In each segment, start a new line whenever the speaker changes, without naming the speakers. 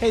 Hey,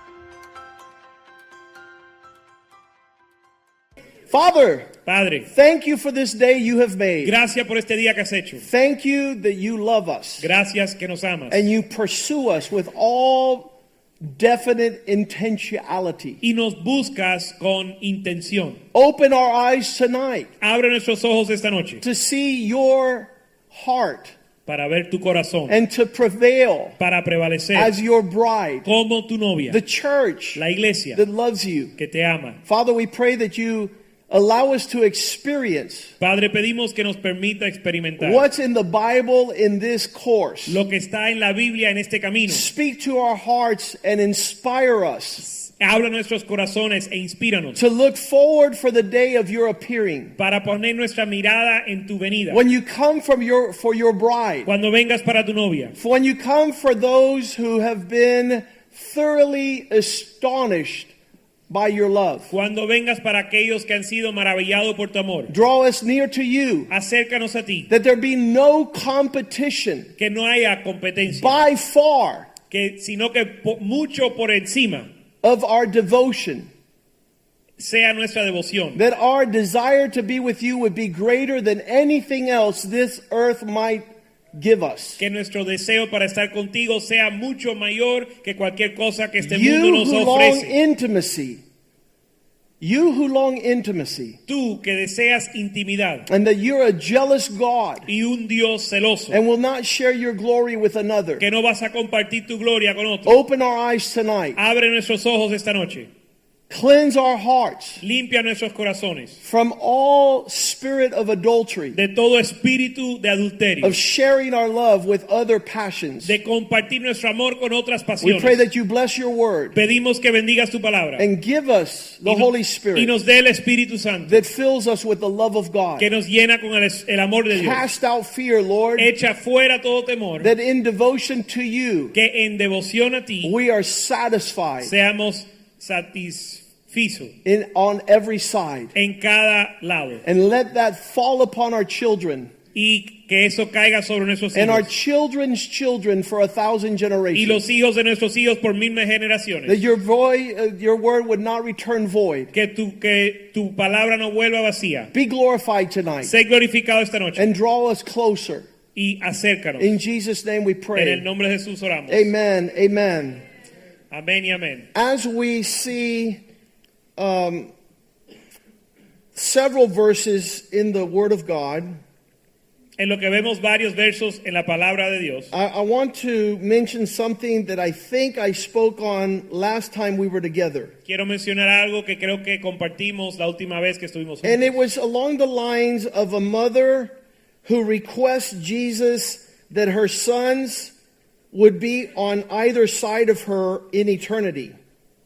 Father,
Padre,
thank you for this day you have made.
gracias por este día que has hecho.
Thank you that you love us
Gracias que nos amas.
and you pursue us with all definite intentionality.
Y nos buscas con intención.
Open our eyes tonight
Abre nuestros ojos esta noche
to see your heart
para ver tu corazón,
and to prevail
para prevalecer
as your bride,
como tu novia,
the church
la iglesia
that loves you.
que te ama.
Father, we pray that you allow us to experience
Padre, pedimos que nos permita experimentar
what's in the Bible in this course.
lo que está en la Biblia en este camino.
Speak to our hearts and inspire us
Habla nuestros corazones e inspíranos
to look forward for the day of your appearing.
para poner nuestra mirada en tu venida.
When you come from your for your bride,
Cuando vengas para tu novia,
when you come for those who have been thoroughly astonished by your love.
cuando vengas para aquellos que han sido maravillados por tu amor.
Draw us near to you
Acércanos a ti.
that there be no competition
que no haya competencia,
by far
que, sino que po- mucho por encima
of our devotion.
sea nuestra devoción,
That our desire to be with you would be greater than anything else this earth might give us.
que nuestro deseo para estar contigo sea mucho mayor que cualquier cosa que este
You
mundo nos
who long
ofrece.
intimacy, you who long intimacy,
Tú que deseas intimidad
and that you're a jealous God
y un Dios celoso,
and will not share your glory with another.
que no vas a compartir tu gloria con otro.
Open our eyes tonight.
Abre nuestros ojos esta noche,
Cleanse our hearts
limpia nuestros corazones
from all spirit of adultery,
de todo espíritu de adulterio,
of sharing our love with other passions.
de compartir nuestro amor con otras
We pray
pasiones.
that you bless your word
Pedimos que bendigas tu palabra
and give us the
y, no-
Holy
y
Spirit
nos dé el Espíritu Santo.
that fills us with the love of God.
que nos llena con el, el amor de Dios.
Cast out fear, Lord,
Echa fuera todo temor,
that in devotion to you,
que en devoción a ti
we are satisfied
seamos satisfechos
in, on every side.
en cada lado
And let that fall upon our children
y que eso caiga sobre nuestros
and our
hijos
children's children for a thousand
y
generations.
los hijos de nuestros hijos por mil
That
generaciones.
your, void, uh, your word would not return void.
Que tu, que tu palabra no vuelva vacía.
Be glorified tonight
Sé glorificado esta noche
and draw us closer.
y acércanos.
In Jesus' name we
En el
pray.
nombre de Jesús oramos.
Amen. Amen.
Amén y amén.
As we see um, several verses in the Word of God,
En lo que vemos varios versos en la palabra de Dios,
I, I want to mention something that I think I spoke on last time we were together.
quiero mencionar algo que creo que compartimos la última vez que estuvimos
And
juntos.
it was along the lines of a mother who requests Jesus that her sons would be on either side of her in eternity.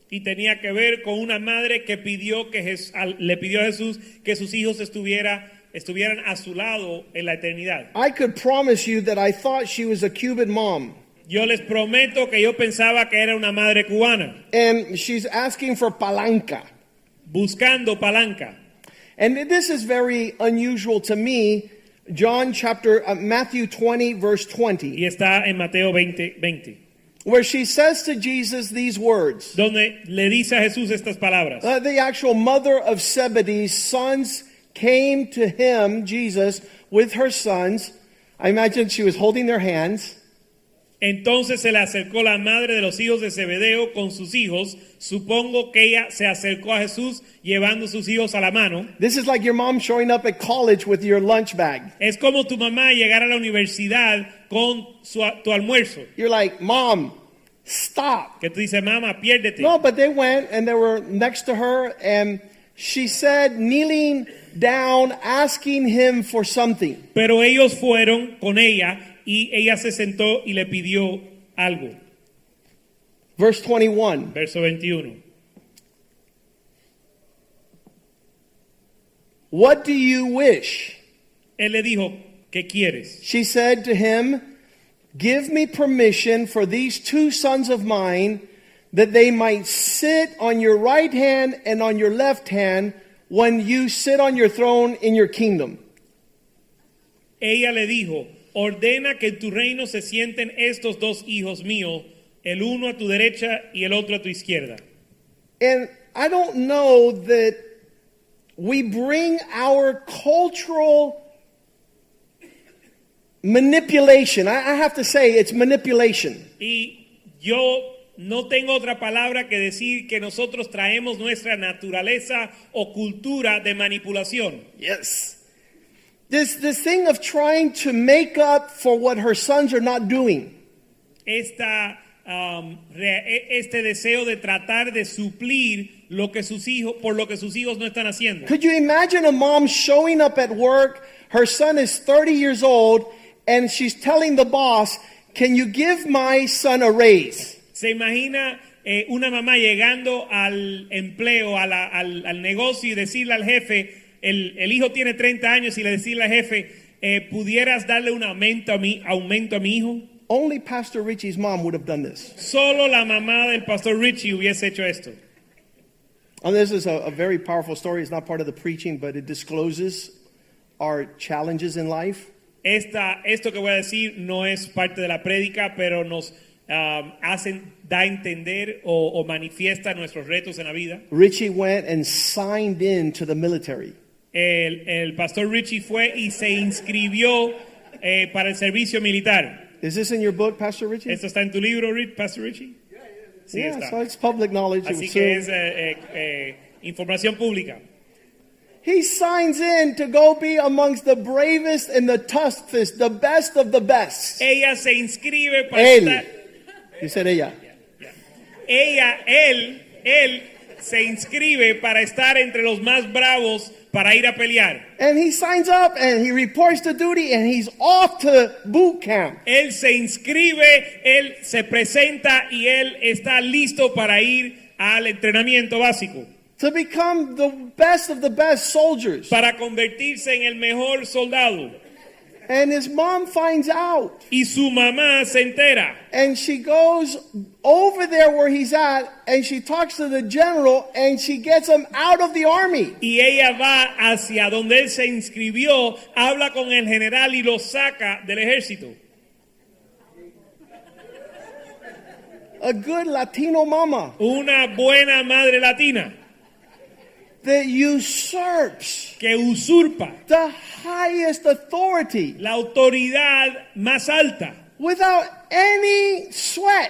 y tenía que ver con una madre que pidió que Jes- al- le pidió a Jesús que sus hijos estuviera, estuvieran a su lado en la eternidad.
I could promise you that I thought she was a Cuban mom.
Yo les prometo que yo pensaba que era una madre cubana
And she's asking for palanca.
buscando palanca.
And this is very unusual to me. John chapter, uh, Matthew 20, verse 20,
Y está en Mateo 20, 20,
where she says to Jesus these words.
donde le dice a Jesús estas palabras.
Uh, the actual mother of Zebedee's sons came to him, Jesus, with her sons. I imagine she was holding their hands.
Entonces se le acercó la madre de los hijos de Zebedeo con sus hijos. Supongo que ella se acercó a Jesús llevando sus hijos a la mano.
This is like your mom showing up at college with your lunch bag.
Es como tu mamá llegar a la universidad con su, a- tu almuerzo.
You're like, Mom, stop.
que tú dices, mamá, piérdete.
No, but they went and they were next to her, and she said, kneeling down, asking him for something.
Pero ellos fueron con ella y ella se sentó y le pidió algo.
Verse 21.
Verso 21.
What do you wish?
Él le dijo, ¿Qué quieres?
She said to him, Give me permission for these two sons of mine that they might sit on your right hand and on your left hand when you sit on your throne in your kingdom.
Ella le dijo, ordena que en tu reino se sienten estos dos hijos míos, el uno a tu derecha y el otro a tu izquierda.
And I don't know that we bring our cultural manipulation. I, I have to say, it's manipulation.
Y yo no tengo otra palabra que decir que nosotros traemos nuestra naturaleza o cultura de manipulación.
Yes. This, this thing of trying to make up for what her sons are not doing.
Esta, um, re- e- este deseo de tratar de suplir lo que sus hijos, por lo que sus hijos no están haciendo.
Could you imagine a mom showing up at work? Her son is 30 years old, and she's telling the boss, Can you give my son a raise?
¿Se imagina eh, una mamá llegando al empleo, a la- al, al negocio y decirle al jefe, el, el hijo tiene 30 años y le decirle al jefe, eh, ¿pudieras darle un aumento a, mi, aumento a mi hijo?
Only Pastor Richie's mom would have done this.
Solo la mamá del pastor Richie hubiese hecho esto.
And this is a, a very powerful story. It's not part of the preaching, but it discloses our challenges in life.
Esta, esto que voy a decir no es parte de la prédica, pero nos um, hacen, da a entender o, o manifiesta nuestros retos en la vida.
Richie went and signed in to the military.
El, el pastor Richie fue y se inscribió eh, para el servicio militar.
Is this in your book, Pastor Richie?
¿Esto está en tu libro, Ri- Pastor Richie? Sí,
yeah, so
está.
it's public knowledge.
Así
So
que es eh, eh, eh, información pública.
he signs in to go be amongst the bravest and the toughest, the best of the best.
Ella se inscribe para
Él.
estar-
You said ella.
Ella, él, él se inscribe para estar entre los más bravos para ir a pelear.
And he signs up and he reports to duty and he's off to boot camp.
Él se inscribe, él se presenta y él está listo para ir al entrenamiento básico,
to become the best of the best soldiers.
para convertirse en el mejor soldado.
And his mom finds out,
Y su mamá se entera
and she goes over there where he's at, and she talks to the general, and she gets him out of the army.
y ella va hacia donde él se inscribió, habla con el general y lo saca del ejército.
A good Latino mama
Una buena madre latina
that usurps
que usurpa
the highest authority
la autoridad más alta
without any sweat,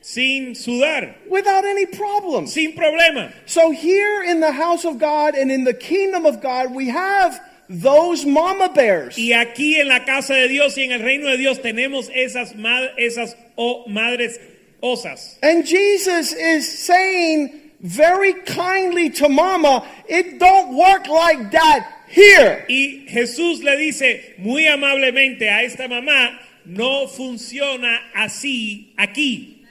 sin sudar,
without any problems.
sin problema.
So here in the house of God and in the kingdom of God, we have those mama bears.
Y aquí en la casa de Dios y en el reino de Dios tenemos esas, ma- esas o- madres osas.
And Jesus is saying very kindly to mama, it don't work like that here.
Y Jesús le dice muy amablemente a esta mamá, no funciona así aquí.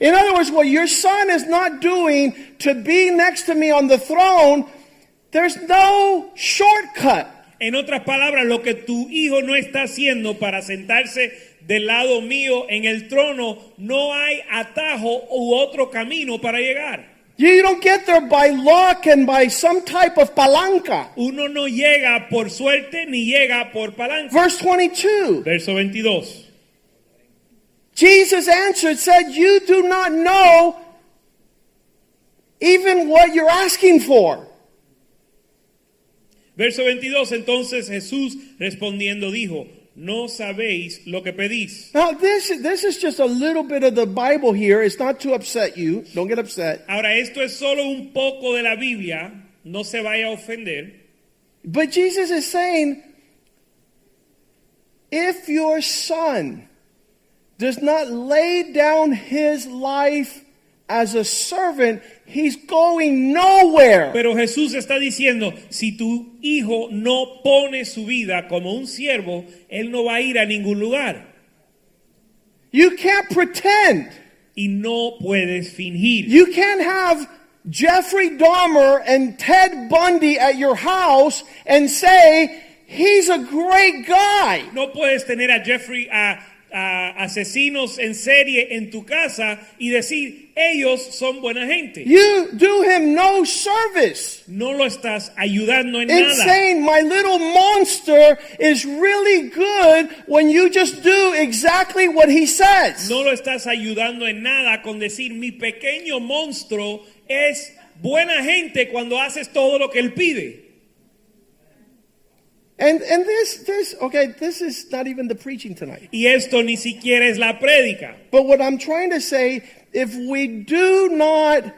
In other words, what your son is not doing to be next to me on the throne, there's no shortcut.
En otras palabras, lo que tu hijo no está haciendo para sentarse del lado mío en el trono, no hay atajo u otro camino para llegar.
You don't get there by luck and by some type of palanca.
Uno no llega por suerte ni llega por palanca.
Verse 22.
Verso 22.
Jesus answered, said, You do not know even what you're asking for.
Verso 22, entonces Jesús respondiendo dijo, no sabéis lo que pedís.
Now, this, this is just a little bit of the Bible here. It's not to upset you. Don't get upset.
Ahora, esto es solo un poco de la Biblia, no se vaya a ofender,
But Jesus is saying if your son does not lay down his life as a servant, he's going nowhere.
pero Jesús está diciendo, si tu hijo no pone su vida como un siervo, él no va a ir a ningún lugar
You can't pretend.
y no puedes fingir.
You can't have Jeffrey Dahmer and Ted Bundy at your house and say, He's a great guy.
No puedes tener a Jeffrey, a, a asesinos en serie en tu casa y decir, ellos son buena gente.
You do him no service
No lo estás ayudando en
in
nada.
saying my little monster is really good when you just do exactly what he says.
No lo estás ayudando en nada con decir, mi pequeño monstruo es buena gente cuando haces todo lo que él pide.
And and this this okay, this is not even the preaching tonight.
Y esto ni siquiera es la prédica.
But what I'm trying to say, if we do not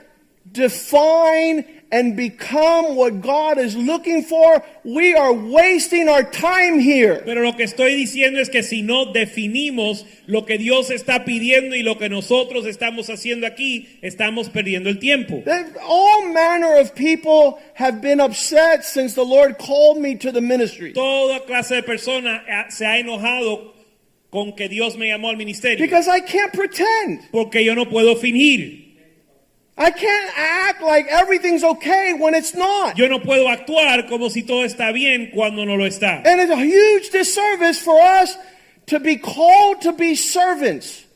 define and become what God is looking for, we are wasting our time here.
Pero lo que estoy diciendo es que si no definimos lo que Dios está pidiendo y lo que nosotros estamos haciendo aquí, estamos perdiendo el tiempo.
That All manner of people have been upset since the Lord called me to the ministry.
Toda clase de persona eh, se ha enojado con que Dios me llamó al ministerio.
Because I can't pretend.
porque yo no puedo fingir.
I can't act like everything's okay when it's not.
Yo no puedo actuar como si todo está bien cuando no lo está.
And it's a huge disservice for us to be called to be servants.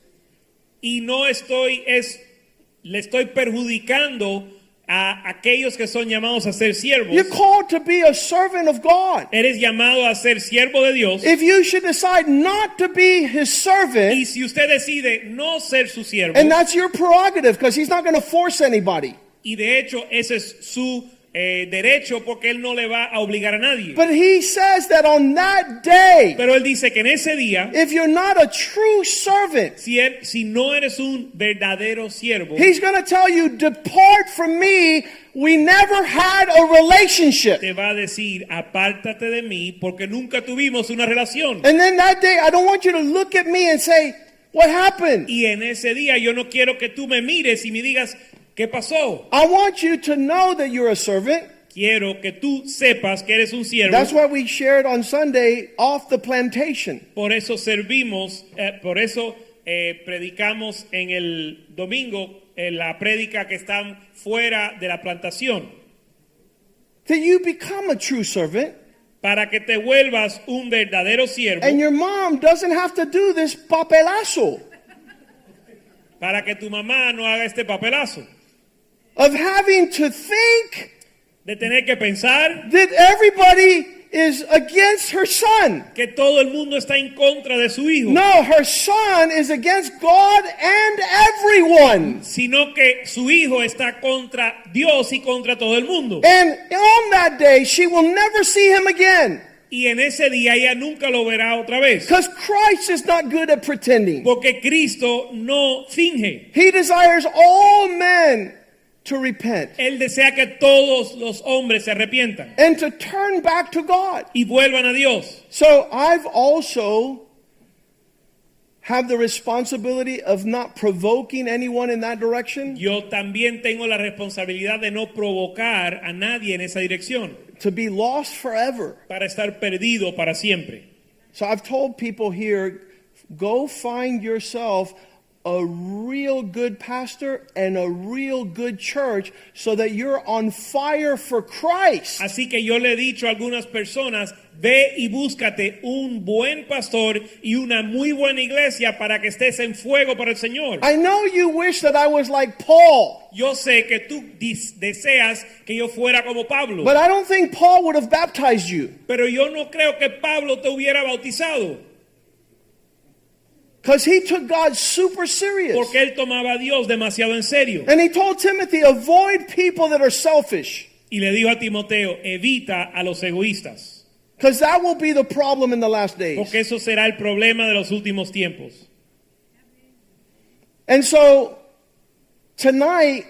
Y no estoy, es, le estoy perjudicando a aquellos que son llamados a ser siervos.
You're called to be a servant of God.
Eres llamado a ser siervo de Dios.
If you should decide not to be his
Y
servant,
si usted decide no ser su siervo,
and that's your prerogative because he's not going to force anybody.
y de hecho ese es su eh, derecho porque él no le va a obligar a nadie.
But he says that on that day,
Pero él dice que en ese día,
if you're not a true servant,
si, él- si no eres un verdadero siervo,
he's going to tell you, Depart from me. We never had a relationship.
te va a decir, apártate de mí porque nunca tuvimos una relación.
And then that day, I don't want you to look at me and say, What happened?
Y en ese día yo no quiero que tú me mires y me digas, ¿qué pasó?
I want you to know that you're a servant.
Quiero que tú sepas que eres un siervo.
That's why we shared on Sunday off the plantation.
Por eso servimos, eh, por eso eh, predicamos en el domingo en la prédica que están fuera de la plantación,
That you become a true servant.
para que te vuelvas un verdadero siervo,
And your mom doesn't have to do this papelazo
para que tu mamá no haga este papelazo
of having to think
de tener que pensar
that everybody is against her son.
que todo el mundo está en contra de su hijo,
No, her son is against God and everyone.
sino que su hijo está contra Dios y contra todo el mundo.
And on that day, she will never see him again
Y en ese día ella nunca lo verá otra vez,
because Christ is not good at pretending.
porque Cristo no finge.
He desires all men to repent
Él desea que todos los hombres se arrepientan
and to turn back to God.
y vuelvan a Dios.
So I've also have the responsibility of not provoking anyone in that direction
Yo también tengo la responsabilidad de no provocar a nadie en esa dirección
to be lost forever.
para estar perdido para siempre.
So I've told people here go find yourself a real good pastor and a real good church so that you're on fire for Christ.
Así que yo le he dicho a algunas personas, ve y búscate un buen pastor y una muy buena iglesia para que estés en fuego para el Señor.
I know you wish that I was like Paul,
Yo sé que tú dis- deseas que yo fuera como Pablo,
but I don't think Paul would have baptized you
pero yo no creo que Pablo te hubiera bautizado.
because he took God super serious.
Porque él tomaba a Dios demasiado en serio.
And he told Timothy, avoid people that are selfish,
Y le dijo a Timoteo, evita a los egoístas,
because that will be the problem in the last days.
porque eso será el problema de los últimos tiempos.
And so tonight,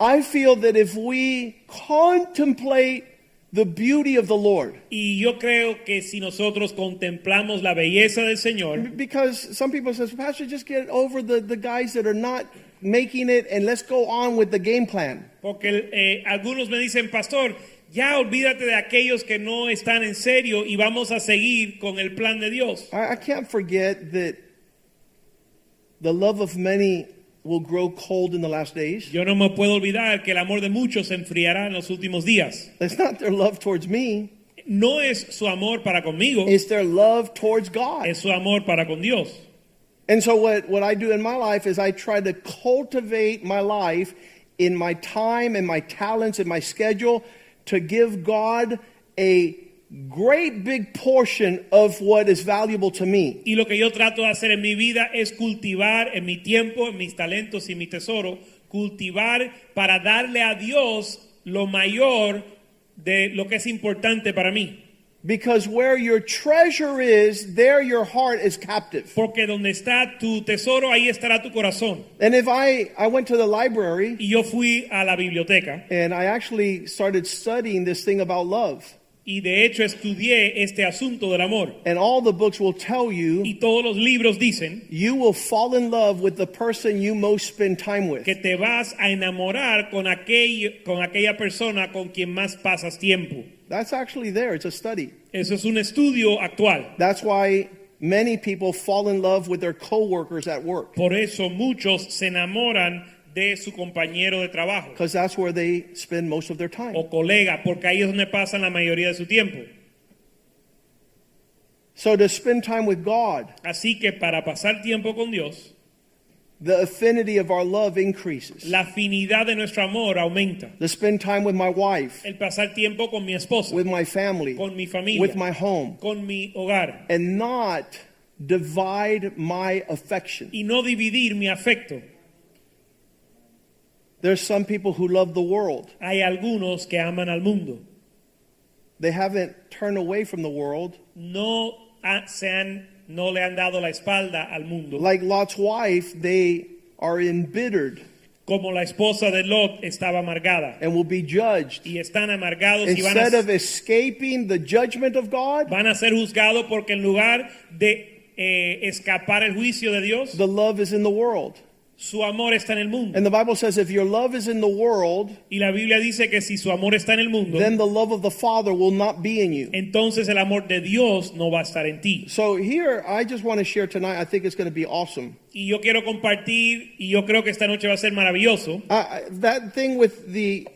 I feel that if we contemplate the beauty of the Lord,
Y yo creo que si nosotros contemplamos la belleza del Señor,
because some people says, Pastor, just get over the, the guys that are not making it and let's go on with the game plan.
porque eh, algunos me dicen, pastor, ya olvídate de aquellos que no están en serio y vamos a seguir con el plan de Dios.
I, I can't forget that the love of many will grow cold in the last days.
Yo no me puedo olvidar que el amor de muchos se enfriará en los últimos días.
It's not their love towards me.
no es su amor para conmigo,
It's their love towards God.
es su amor para con Dios.
And so what, what I do in my life is I try to cultivate my life in my time and my talents and my schedule to give God a great big portion of what is valuable to me.
Y lo que yo trato de hacer en mi vida es cultivar en mi tiempo, en mis talentos y mi tesoro, cultivar para darle a Dios lo mayor de lo que es importante para mí.
Because where your treasure is, there your heart is captive.
Porque donde está tu tesoro, ahí estará tu corazón.
And if I, I went to the library
Y yo fui a la biblioteca
and I actually started studying this thing about love.
y de hecho estudié este asunto del amor.
And all the books will tell you
Y todos los libros dicen
you will fall in love with the person you most spend time with.
que te vas a enamorar con, aquel- con aquella persona con quien más pasas tiempo.
That's actually there. It's a study.
Eso es un estudio actual.
That's why many people fall in love with their coworkers at work
Por eso muchos se enamoran de su compañero de trabajo
because that's where they spend most of their time.
o colega, porque ahí es donde pasan la mayoría de su tiempo.
So to spend time with God,
Así que para pasar tiempo con Dios,
the affinity of our love increases.
la afinidad de nuestro amor aumenta.
To spend time with my wife,
El pasar tiempo con mi esposa,
with my family,
con mi familia,
with my home,
con mi hogar
and not divide my affection.
y no dividir mi afecto.
There's some people who love the world.
Hay algunos que aman al mundo,
They haven't turned away from the world.
no ha- se han- no le han dado la espalda al mundo.
Like Lot's wife, they are embittered
Como la esposa de Lot estaba amargada
and will be judged.
y están amargados y van a
Instead of escaping the judgment of God,
van a ser juzgados porque en lugar de eh, escapar el juicio de Dios,
the love is in the world.
su amor está en el mundo.
And the Bible says if your love is in the world,
Y la Biblia dice que si su amor está en el mundo,
then the love of the Father will not be in you.
entonces el amor de Dios no va a estar en ti.
So here, I just want to share tonight, I think it's going to be awesome.
Y yo quiero compartir, y yo creo que esta noche va a ser maravilloso,
I- I that thing with the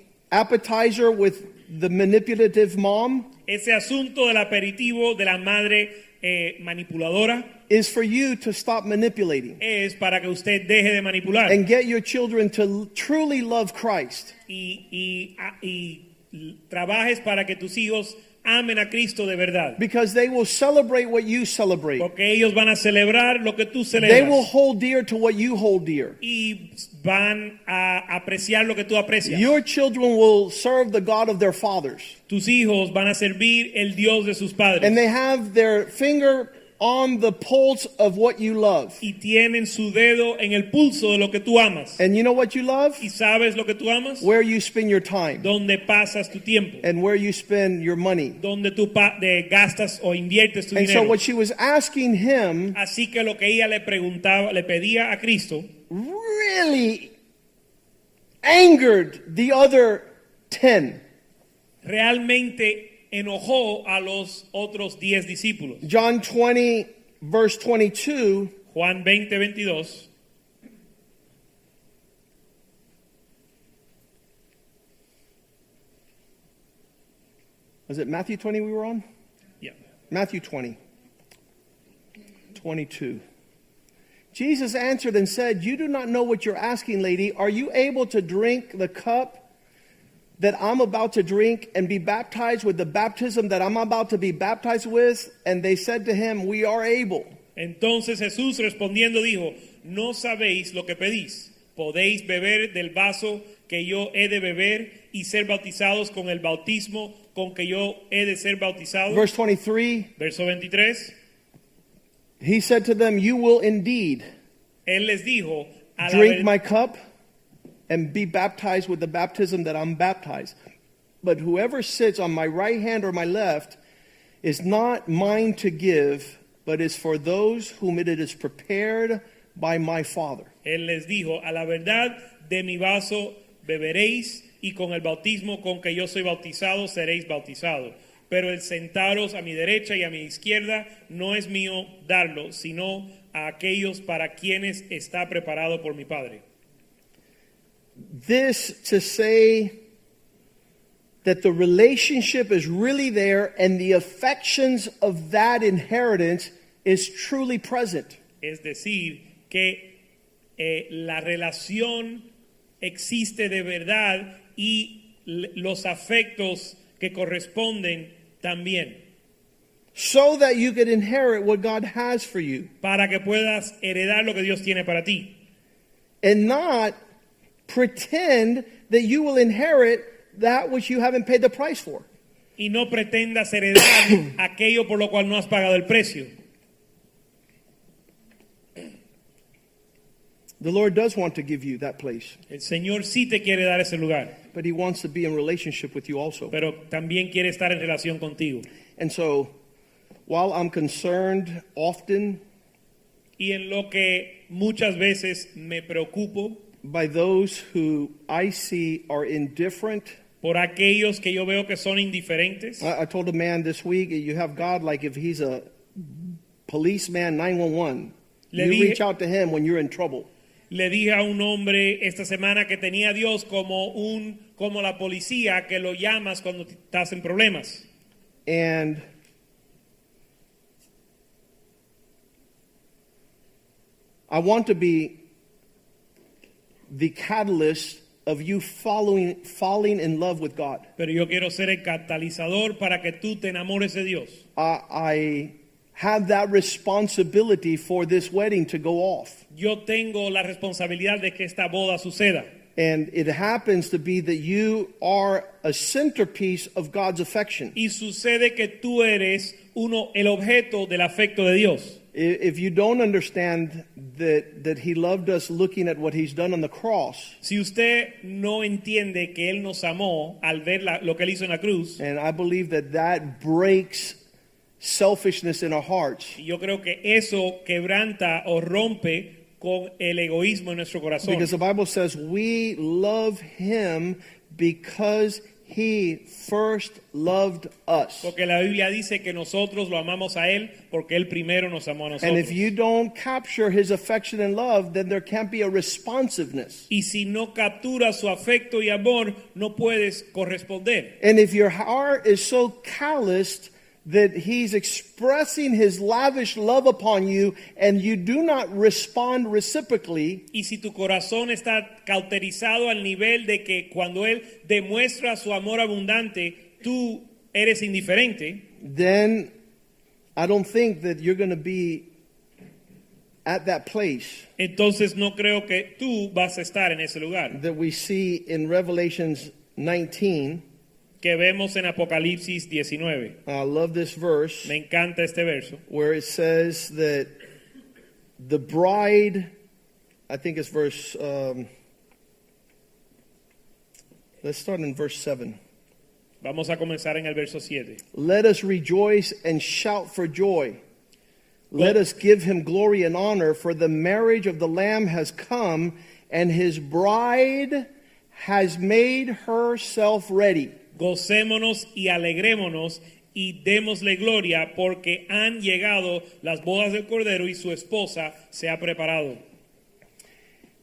appetizer with the manipulative mom
ese asunto del aperitivo de la madre eh, manipuladora
is for you to stop manipulating
es para que usted deje de manipular
and get your children to l- truly love Christ.
y, y- a- y trabajes para que tus hijos amen a Cristo de verdad.
Because they will celebrate what you celebrate.
Porque ellos van a celebrar lo que tú
They
celebras.
will hold dear to what you hold dear.
y van a apreciar lo que tú aprecias.
Your children will serve the God of their fathers.
Tus hijos van a servir el Dios de sus padres
And they have their finger on the pulse of what you love.
y tienen su dedo en el pulso de lo que tú amas.
And you know what you love?
¿Y sabes lo que tú amas?
Where you spend your time
Donde pasas tu tiempo,
and where you spend your money.
donde tú pa- de- gastas o inviertes tu
And so
dinero.
what she was asking him
Así que lo que ella le preguntaba, le pedía a Cristo,
really angered the other 10.
realmente enojó a los otros 10 discípulos.
John 20 verse 22
Juan 20, 22.
was it Matthew 20 we were on?
Yeah.
Matthew 20, 22. Jesus answered and said, You do not know what you're asking, lady. Are you able to drink the cup that I'm about to drink and be baptized with the baptism that I'm about to be baptized with? And they said to him, We are able.
Entonces Jesús respondiendo dijo, no sabéis lo que pedís. ¿Podéis beber del vaso que yo he de beber y ser bautizados con el bautismo con que yo he de ser bautizado?
Verse 23,
Verso 23.
he said to them, You will indeed
Él les dijo, a la
drink
ver-
my cup and be baptized with the baptism that I'm baptized. But whoever sits on my right hand or my left is not mine to give, but is for those whom it is prepared by my Father.
él les dijo, a la verdad de mi vaso beberéis y con el bautismo con que yo soy bautizado seréis bautizados. Pero el sentaros a mi derecha y a mi izquierda no es mío darlo, sino a aquellos para quienes está preparado por mi Padre.
This to say that the relationship is really there and the affections of that inheritance is truly present.
Es decir, que eh, la relación existe de verdad y l- los afectos que corresponden también,
So that you could inherit what God has for you
para que puedas heredar lo que Dios tiene para ti.
and not pretend that you will inherit that which you haven't paid the price for.
Y no pretendas heredar aquello por lo cual no has pagado el precio.
The Lord does want to give you that place,
El Señor sí te quiere dar ese lugar,
but He wants to be in relationship with you also.
pero también quiere estar en relación contigo.
And so, while I'm concerned often
Y en lo que muchas veces me preocupo
by those who I see are indifferent,
por aquellos que yo veo que son indiferentes.
I, I told a man this week, you have God like if he's a policeman 911.
Le
you
dije-
reach out to him when you're in trouble.
Le dije a un hombre esta semana que tenía a Dios como un como la policía que lo llamas cuando t- estás en problemas.
And I want to be the catalyst of you following, falling in love with God.
Pero yo quiero ser el catalizador para que tú te enamores de Dios.
I I have that responsibility for this wedding to go off.
Yo tengo la responsabilidad de que esta boda suceda.
And it happens to be that you are a centerpiece of God's affection. I-
Y sucede que tú eres uno el objeto del afecto de Dios.
If you don't understand that, that He loved us looking at what He's done on the cross,
Si usted no entiende que él nos amó al ver la- lo que él hizo en la cruz,
and I believe that that breaks selfishness in our hearts.
y yo creo que eso quebranta o rompe con el egoísmo en nuestro corazón.
Because the Bible says we love Him because He first loved us.
Porque la Biblia dice que nosotros lo amamos a Él porque Él primero nos amó a
And
nosotros.
if you don't capture his affection and love, then there can't be a responsiveness.
y si no capturas su afecto y amor, no puedes corresponder.
And if your heart is so calloused that he's expressing his lavish love upon you and you do not respond reciprocally,
Y si tu corazón está cauterizado al nivel de que cuando Él demuestra su amor abundante, tú eres indiferente,
then I don't think that you're going to be at that place
entonces no creo que tú vas a estar en ese lugar.
that we see in Revelations 19.
Que vemos en Apocalipsis 19.
I love this verse.
Me encanta este verso.
where it says that the bride, I think it's verse, um, let's start in verse 7.
Vamos a comenzar en el verso 7.
Let us rejoice and shout for joy. Let
Well-
us give him glory and honor, for the marriage of the Lamb has come, and his bride has made herself ready.
Gocémonos y alegrémonos y démosle gloria porque han llegado las bodas del Cordero y su esposa se ha preparado.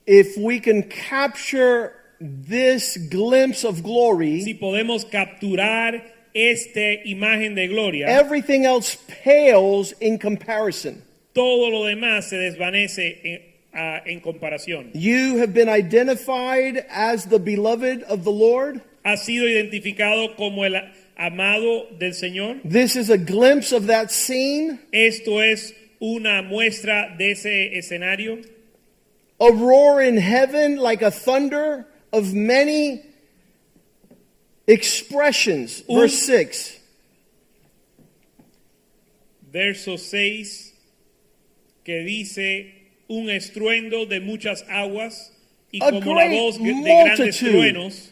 If we can capture this glimpse of glory,
Si podemos capturar esta imagen de gloria,
Everything else pales in comparison.
todo lo demás se desvanece en, a- en comparación.
You have been identified as the beloved of the Lord.
Ha sido identificado como el amado del Señor.
This is a glimpse of that scene,
Esto es una muestra de ese escenario.
a roar in heaven like a thunder of many expressions. Verse 6.
verso 6, que dice un estruendo de muchas aguas y
A
como la
great
voz de grandes
multitude.
truenos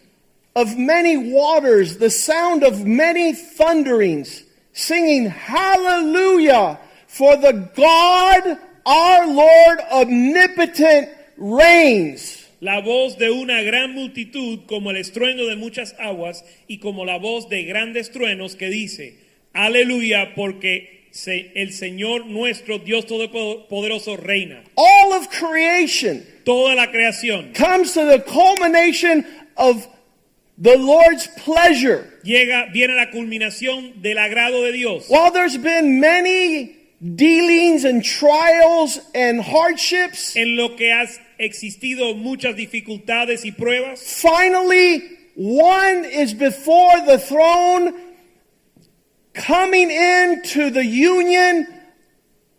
Of many waters, the sound of many thunderings, singing hallelujah for the God our Lord omnipotent reigns.
la voz de una gran multitud como el estruendo de muchas aguas y como la voz de grandes truenos que dice aleluya porque se- el Señor nuestro Dios todopoderoso reina
all of creation
toda la creación
comes to the culmination of the Lord's pleasure.
llega, viene la culminación del agrado de Dios.
While there's been many dealings and trials and hardships,
En lo que has existido muchas dificultades y pruebas,
finally one is before the throne coming into the union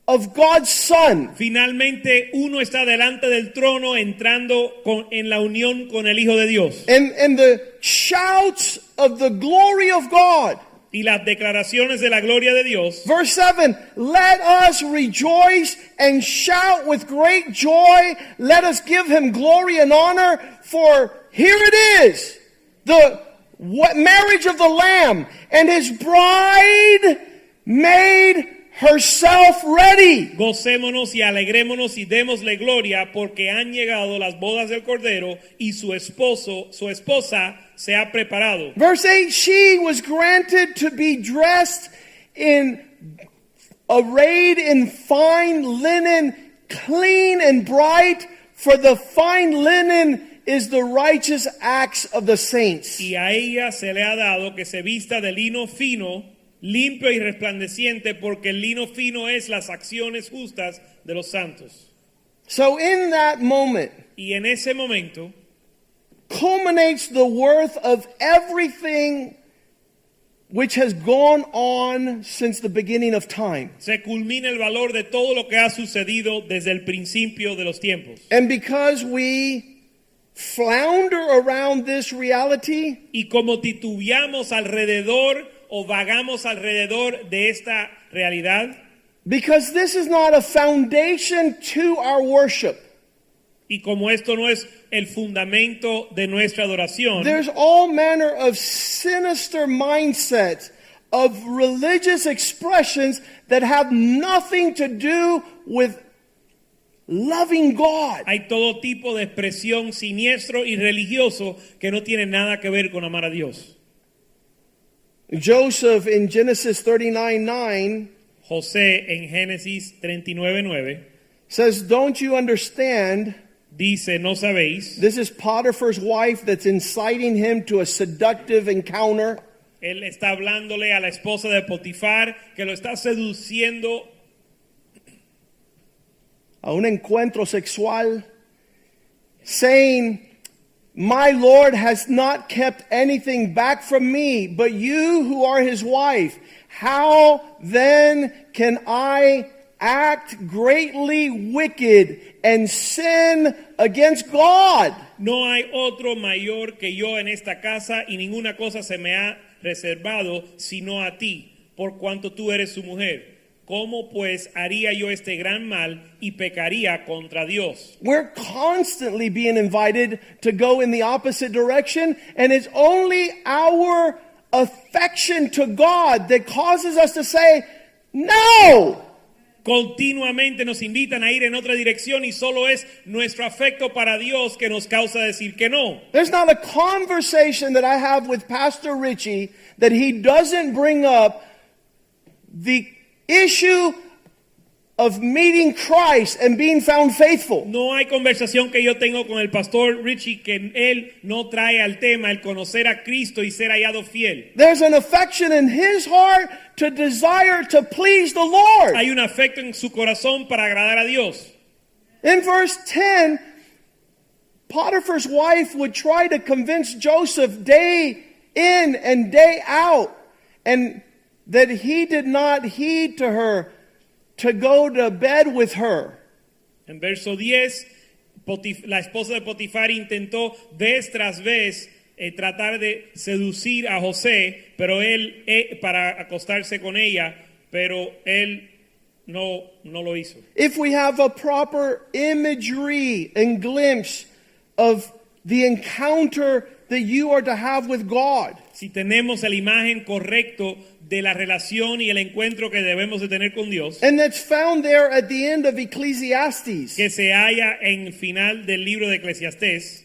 of God's Son.
finalmente uno está delante del trono entrando con- en la unión con el Hijo de Dios.
And, and the shouts of the glory of God.
Y las declaraciones de la gloria de Dios.
Verse 7 Let us rejoice and shout with great joy. Let us give him glory and honor, for here it is the what, marriage of the Lamb, and his bride made herself ready.
Gocémonos y alegrémonos y démosle gloria porque han llegado las bodas del Cordero y su esposo, su esposa se ha preparado.
Verse 8 She was granted to be dressed in arrayed in fine linen, clean and bright, for the fine linen is the righteous acts of the saints.
Y a ella se le ha dado que se vista de lino fino, limpio y resplandeciente porque el lino fino es las acciones justas de los santos.
So, in that moment,
Y en ese momento
culminates the worth of everything which has gone on since the beginning of time.
se culmina el valor de todo lo que ha sucedido desde el principio de los tiempos.
And because we flounder around this reality,
Y como titubeamos alrededor o vagamos alrededor de esta realidad,
Because this is not a foundation to our worship.
y como esto no es el fundamento de nuestra adoración,
There's all manner of sinister mindsets of religious expressions that have nothing to do with loving God.
hay todo tipo de expresión siniestro y religioso que no tiene nada que ver con amar a Dios.
Joseph in Genesis 39 9
José en Génesis 39:9
says, Don't you understand?
dice, no sabéis,
This is Potiphar's wife that's inciting him to a seductive encounter.
él está hablándole a la esposa de Potifar que lo está seduciendo
a un encuentro sexual, saying, My Lord has not kept anything back from me, but you who are his wife, how then can I act greatly wicked and sin against God?
No hay otro mayor que yo en esta casa y ninguna cosa se me ha reservado sino a ti, por cuanto tú eres su mujer. ¿Cómo pues haría yo este gran mal y pecaría contra Dios?
We're constantly being invited to go in the opposite direction, and it's only our affection to God that causes us to say, No!
Continuamente nos invitan a ir en otra dirección y solo es nuestro afecto para Dios que nos causa decir que no.
There's not a conversation that I have with Pastor Richie that he doesn't bring up the issue of meeting Christ and being found faithful.
No hay conversación que yo tengo con el pastor Richie que él no trae al tema el conocer a Cristo y ser hallado fiel.
There's an affection in his heart to desire to please the Lord.
Hay un afecto en su corazón para agradar a Dios.
In verse 10, Potiphar's wife would try to convince Joseph day in and day out, and that he did not heed to her to go to bed with her.
En verso 10, Potif- la esposa de Potifar intentó vez tras vez eh, tratar de seducir a José, pero él eh, para acostarse con ella, pero él no no lo hizo.
If we have a proper imagery and glimpse of the encounter that you are to have with God,
Si tenemos la imagen correcto de la relación y el encuentro que debemos de tener con Dios,
and that's found there at the end of Ecclesiastes.
que se halla en el final del libro de Eclesiastés,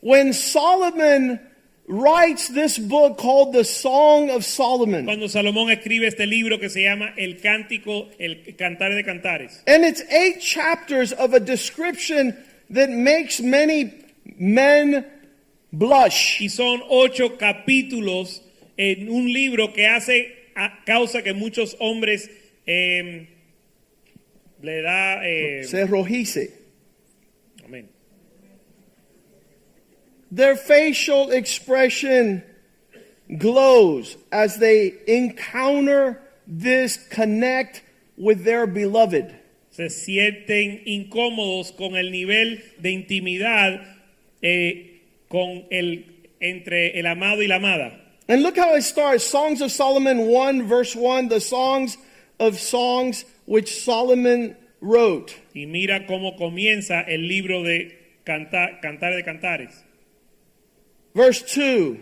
When Solomon writes this book called the Song of Solomon,
cuando Salomón escribe este libro que se llama El Cántico, el Cantar de Cantares.
and it's eight chapters of a description that makes many men blush.
Y son ocho capítulos en un libro que hace a causa que muchos hombres eh, le da... eh,
Se rojice.
amén.
Their facial expression glows as they encounter this connect with their beloved.
se sienten incómodos con el nivel de intimidad eh, con el, entre el amado y la amada.
And look how it starts Songs of Solomon 1, verse 1, the songs of songs which Solomon wrote.
Y mira cómo comienza el libro de Canta- Cantar de Cantares.
Verse 2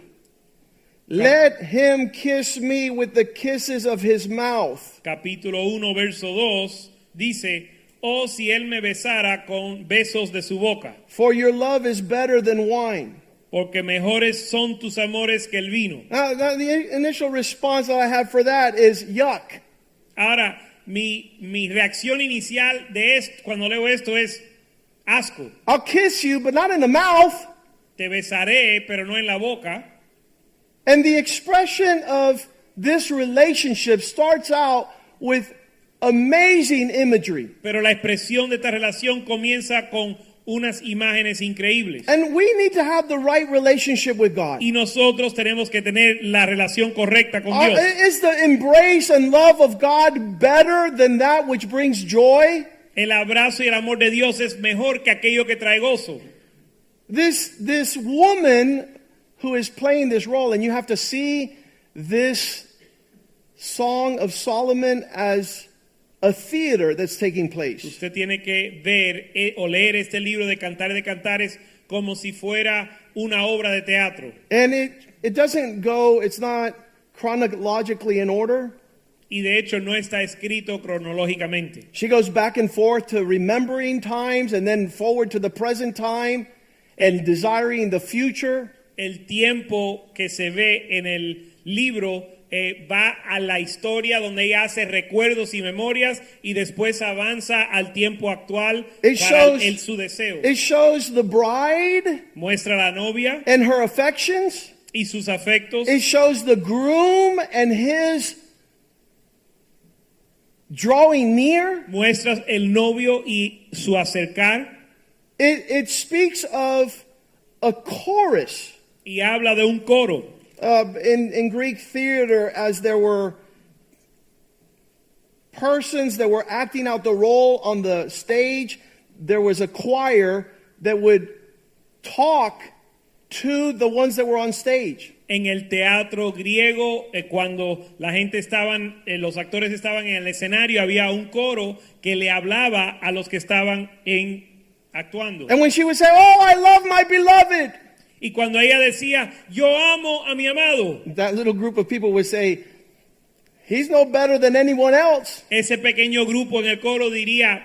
Let him kiss me with the kisses of his mouth.
Capítulo 1, verso 2 dice, oh si él me besara con besos de su boca,
For your love is better than wine.
porque mejores son tus amores que el vino.
Now, now, the initial response that I have for that is yuck.
Ahora, mi, mi reacción inicial de esto, cuando leo esto es asco.
I'll kiss you, but not in the mouth.
Te besaré, pero no en la boca.
And the expression of this relationship starts out with amazing imagery.
Pero la expresión de esta relación comienza con unas imágenes increíbles.
And we need to have the right relationship with God.
Y nosotros tenemos que tener la relación correcta con
Are-
Dios.
Uh, is the embrace and love of God better than that which brings joy?
El abrazo y el amor de Dios es mejor que aquello que trae gozo.
This this woman who is playing this role, and you have to see this song of Solomon as a theater that's taking place.
Usted tiene que ver eh, o leer este libro de Cantares de Cantares como si fuera una obra de teatro.
And it it doesn't go, it's not chronologically in order.
Y de hecho no está escrito cronológicamente.
She goes back and forth to remembering times and then forward to the present time and desiring the future.
el tiempo que se ve en el libro eh, va a la historia donde ella hace recuerdos y memorias y después avanza al tiempo actual
It
para
shows-
el- su deseo.
It shows the bride
Muestra a la novia
and her affections.
y sus afectos.
It shows the groom and his drawing near.
Muestra el novio y su acercar
It, it speaks of a chorus
y habla de un coro.
uh, in, in Greek theater as there were persons that were acting out the role on the stage. There was a choir that would talk to the ones that were on stage.
En el teatro griego, eh, cuando la gente estaban, eh, los actores estaban en el escenario, había un coro que le hablaba a los que estaban en actuando.
And when she would say, Oh, I love my beloved,
Y cuando ella decía, yo amo a mi amado,
that little group of people would say, He's no better than anyone else.
ese pequeño grupo en el coro diría,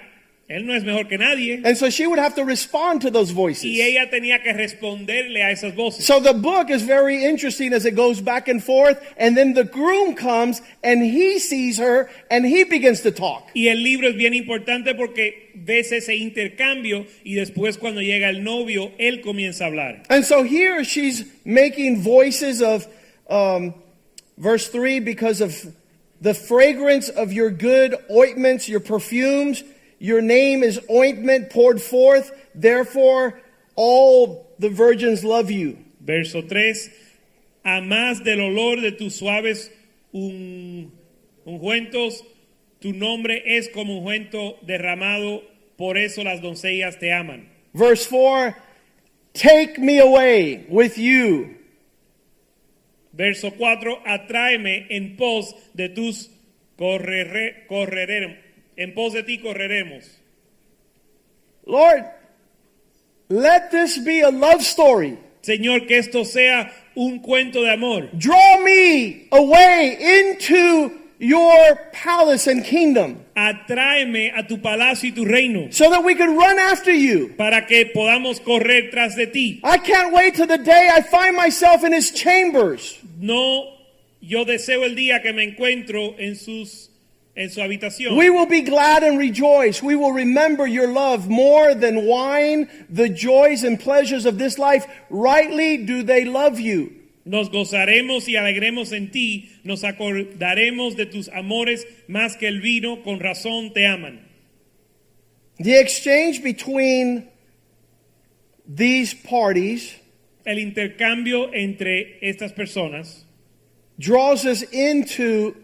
él no es mejor que nadie.
And so she would have to respond to those
Y
voices.
ella tenía que responderle a esas voces.
So the book is very interesting as it goes back and forth. And then the groom comes and he sees her and he begins to talk.
Y el libro es bien importante porque ves ese intercambio y después cuando llega el novio, él comienza a hablar.
And so here she's making voices of um, verse 3 because of the fragrance of your good ointments, your perfumes. Your name is ointment poured forth. Therefore, all the virgins love you.
Verso 3, a más del olor de tus suaves un- ungüentos, tu nombre es como ungüento derramado, por eso las doncellas te aman.
Verse 4 Take me away with you.
Verso 4, atráeme en pos de tus correre, correrem- en pos de ti correremos.
Lord, let this be a love story.
Señor, que esto sea un cuento de amor.
Draw me away into your palace and kingdom.
Atráeme a tu palacio y tu reino
so that we could run after you.
para que podamos correr tras de ti.
I can't wait till the day I find myself in his chambers.
No, yo deseo el día que me encuentro en sus en su habitación.
We will be glad and rejoice. We will remember your love more than wine, the joys and pleasures of this life. Rightly do they love you.
Nos gozaremos y alegremos en ti, nos acordaremos de tus amores más que el vino, con razón te aman.
The exchange between these parties
El intercambio entre estas personas
draws us into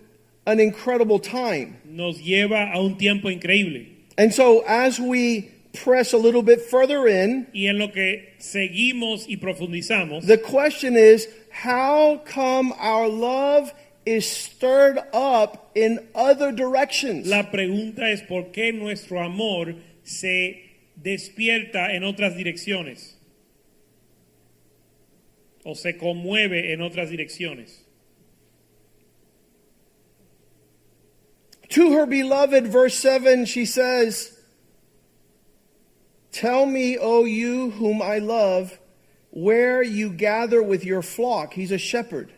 an incredible time.
nos lleva a un tiempo increíble.
And so, as we press a little bit further in,
Y en lo que seguimos y profundizamos,
the question is how come our love is stirred up in other directions?
la pregunta es por qué nuestro amor se despierta en otras direcciones o se conmueve en otras direcciones.
To her beloved, verse 7, she says, Tell me, O you whom I love, where you gather with your flock. He's a shepherd.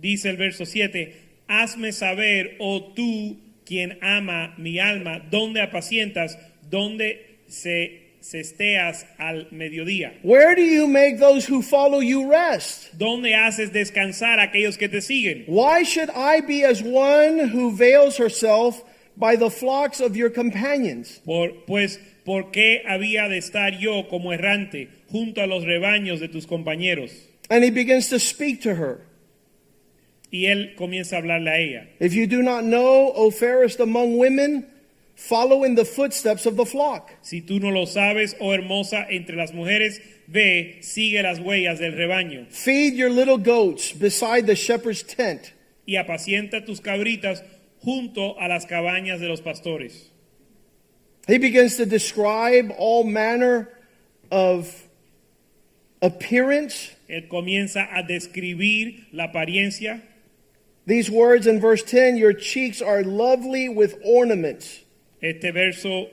Dice el verso 7, hazme saber, oh tú quien ama mi alma, dónde apacientas, dónde se cesteas al mediodía,
Where do you make those who follow you rest?
dónde haces descansar a aquellos que te siguen.
Why should I be as one who veils herself by the flocks of your companions?
Por- pues, ¿por qué había de estar yo como errante junto a los rebaños de tus compañeros?
And he begins to speak to her.
Y él comienza a hablarle a ella.
If you do not know, O fairest among women, follow in the footsteps of the flock.
Si tú no lo sabes, oh hermosa entre las mujeres, ve, sigue las huellas del rebaño
Feed your little goats beside the shepherd's tent.
y apacienta tus cabritas junto a las cabañas de los pastores.
He begins to describe all manner of appearance.
Él comienza a describir la apariencia.
These words in verse 10 Your cheeks are lovely with ornaments.
Este verso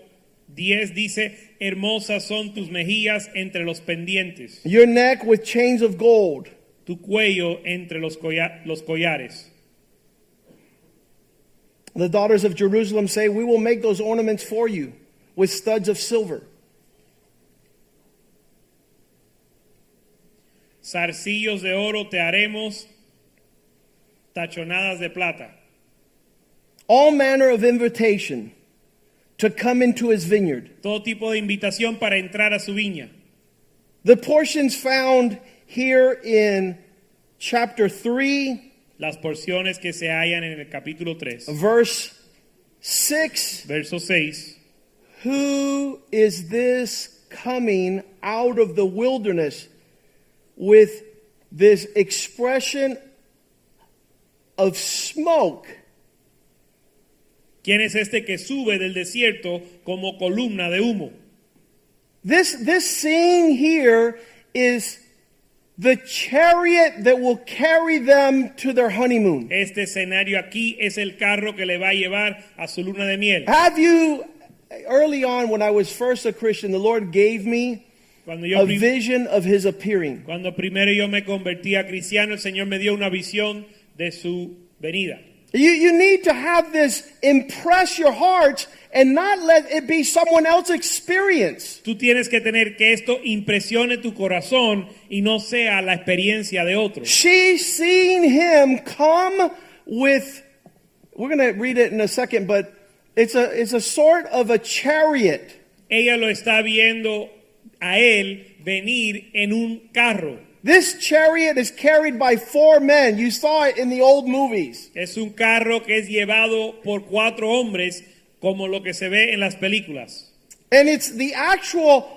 10 dice, hermosas son tus mejillas entre los pendientes,
Your neck with chains of gold.
tu cuello entre los, colla- los collares.
The daughters of Jerusalem say, We will make those ornaments for you with studs of silver.
Zarcillos de oro te haremos, tachonadas de plata.
All manner of invitation to come into his vineyard.
Todo tipo de invitación para entrar a su viña.
The portions found here in chapter 3,
Las porciones que se hallan en el capítulo 3,
verse 6.
verso 6.
Who is this coming out of the wilderness with this expression of smoke?
¿Quién es este que sube del desierto como columna de humo?
This, this scene here is the chariot that will carry them to their honeymoon.
Este escenario aquí es el carro que le va a llevar a su luna de miel.
Have you, early on when I was first a Christian, the Lord gave me
Cuando, yo
a
prim-
vision of his appearing.
cuando primero yo me convertí a cristiano, el Señor me dio una visión de su venida.
You, you need to have this impress your heart and not let it be someone else's experience.
Tú tienes que tener que esto impresione tu corazón y no sea la experiencia de otro.
She seen him come with, we're going to read it in a second, but it's a, it's a sort of a chariot.
Ella lo está viendo a él venir en un carro.
This chariot is carried by four men. You saw it in the old movies.
Es un carro que es llevado por cuatro hombres como lo que se ve en las películas.
And it's the actual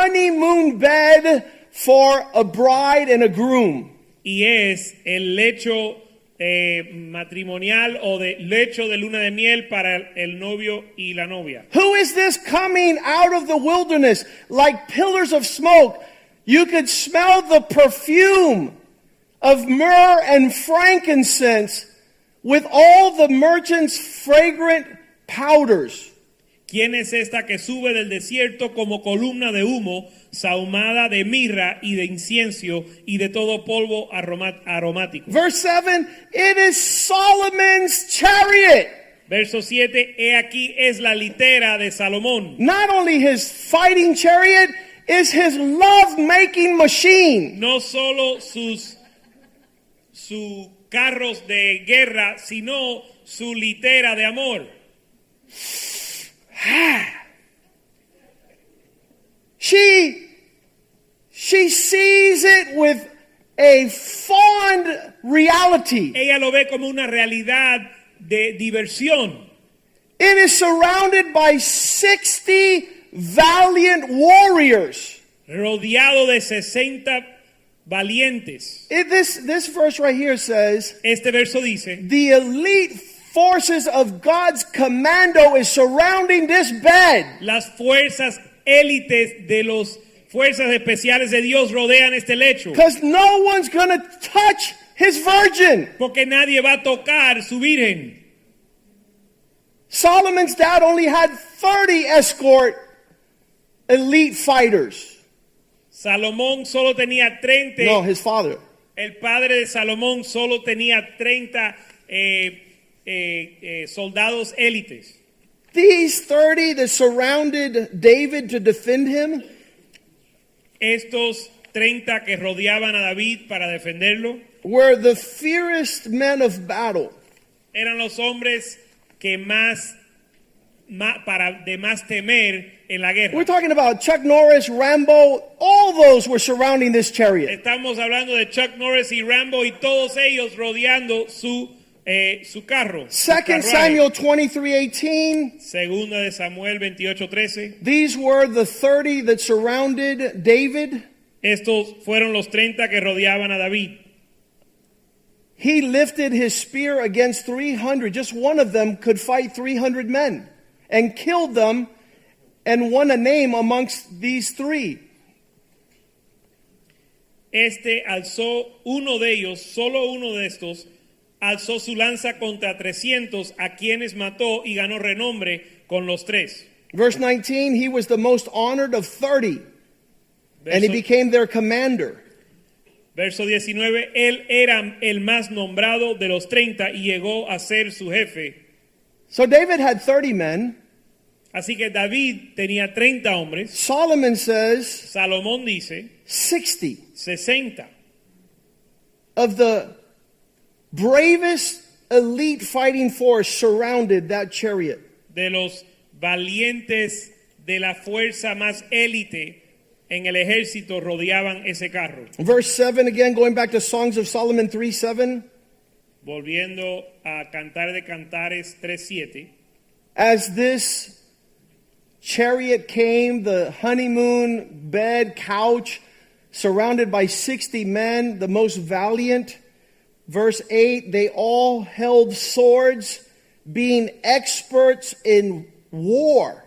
honeymoon bed for a bride and a groom.
Y es el lecho eh, matrimonial o de lecho de luna de miel para el, el novio y la novia.
Who is this coming out of the wilderness like pillars of smoke? You could smell the perfume of myrrh and frankincense with all the merchant's fragrant powders.
¿Quién es esta que sube del desierto como columna de humo, sahumada de mirra y de incienso y de todo polvo aroma- aromático?
Verse 7 It is Solomon's chariot.
Verso 7, he aquí es la litera de Salomón.
Not only his fighting chariot, is his love making machine.
No solo sus, sus carros de guerra, sino su litera de amor.
She she sees it with a fond reality.
Ella lo ve como una realidad de diversión.
It is surrounded by 60 valiant warriors.
rodeado de 60 valientes.
It- this, this verse right here says
Este verso dice,
the elite forces of God's commando is surrounding this bed.
las fuerzas élites de los fuerzas especiales de Dios rodean este lecho,
Because no one's going to touch his virgin.
porque nadie va a tocar su virgen.
Solomon's dad only had 30 escort elite fighters.
Salomón solo tenía 30,
No, his father.
el padre de Salomón solo tenía 30 eh, eh, eh, soldados élites.
These 30 that surrounded David to defend him,
Estos 30 que rodeaban a David para defenderlo
were the fiercest men of battle.
eran los hombres que más, ma- para de más temer en la guerra.
We're talking about Chuck Norris, Rambo, all those were surrounding this chariot.
Estamos hablando de Chuck Norris y Rambo y todos ellos rodeando su eh, su carro. su
Second Samuel
carruaje.
23 18,
Segunda de Samuel 28:13.
these were the 30 that surrounded David.
Estos fueron los 30 que rodeaban a David.
He lifted his spear against 300. Just one of them could fight 300 men and killed them and won a name amongst these three.
Este alzó uno de ellos, solo uno de estos, alzó su lanza contra 300 a quienes mató y ganó renombre con los tres.
Verse 19, he was the most honored of 30 and he
Verso-
became their commander.
Verso 19, él era el más nombrado de los 30 y llegó a ser su jefe.
So David had 30 men.
Así que David tenía 30 hombres,
Solomon says
Salomón dice
60
60
of the bravest elite fighting force surrounded that chariot.
de los valientes de la fuerza más élite en el ejército rodeaban ese carro.
Verse 7 again, going back to Songs of Solomon 3 7.
Volviendo a Cantar de Cantares 3.7,
As this chariot came, the honeymoon bed couch, surrounded by 60 men, the most valiant. Verse 8 they all held swords, being experts in war.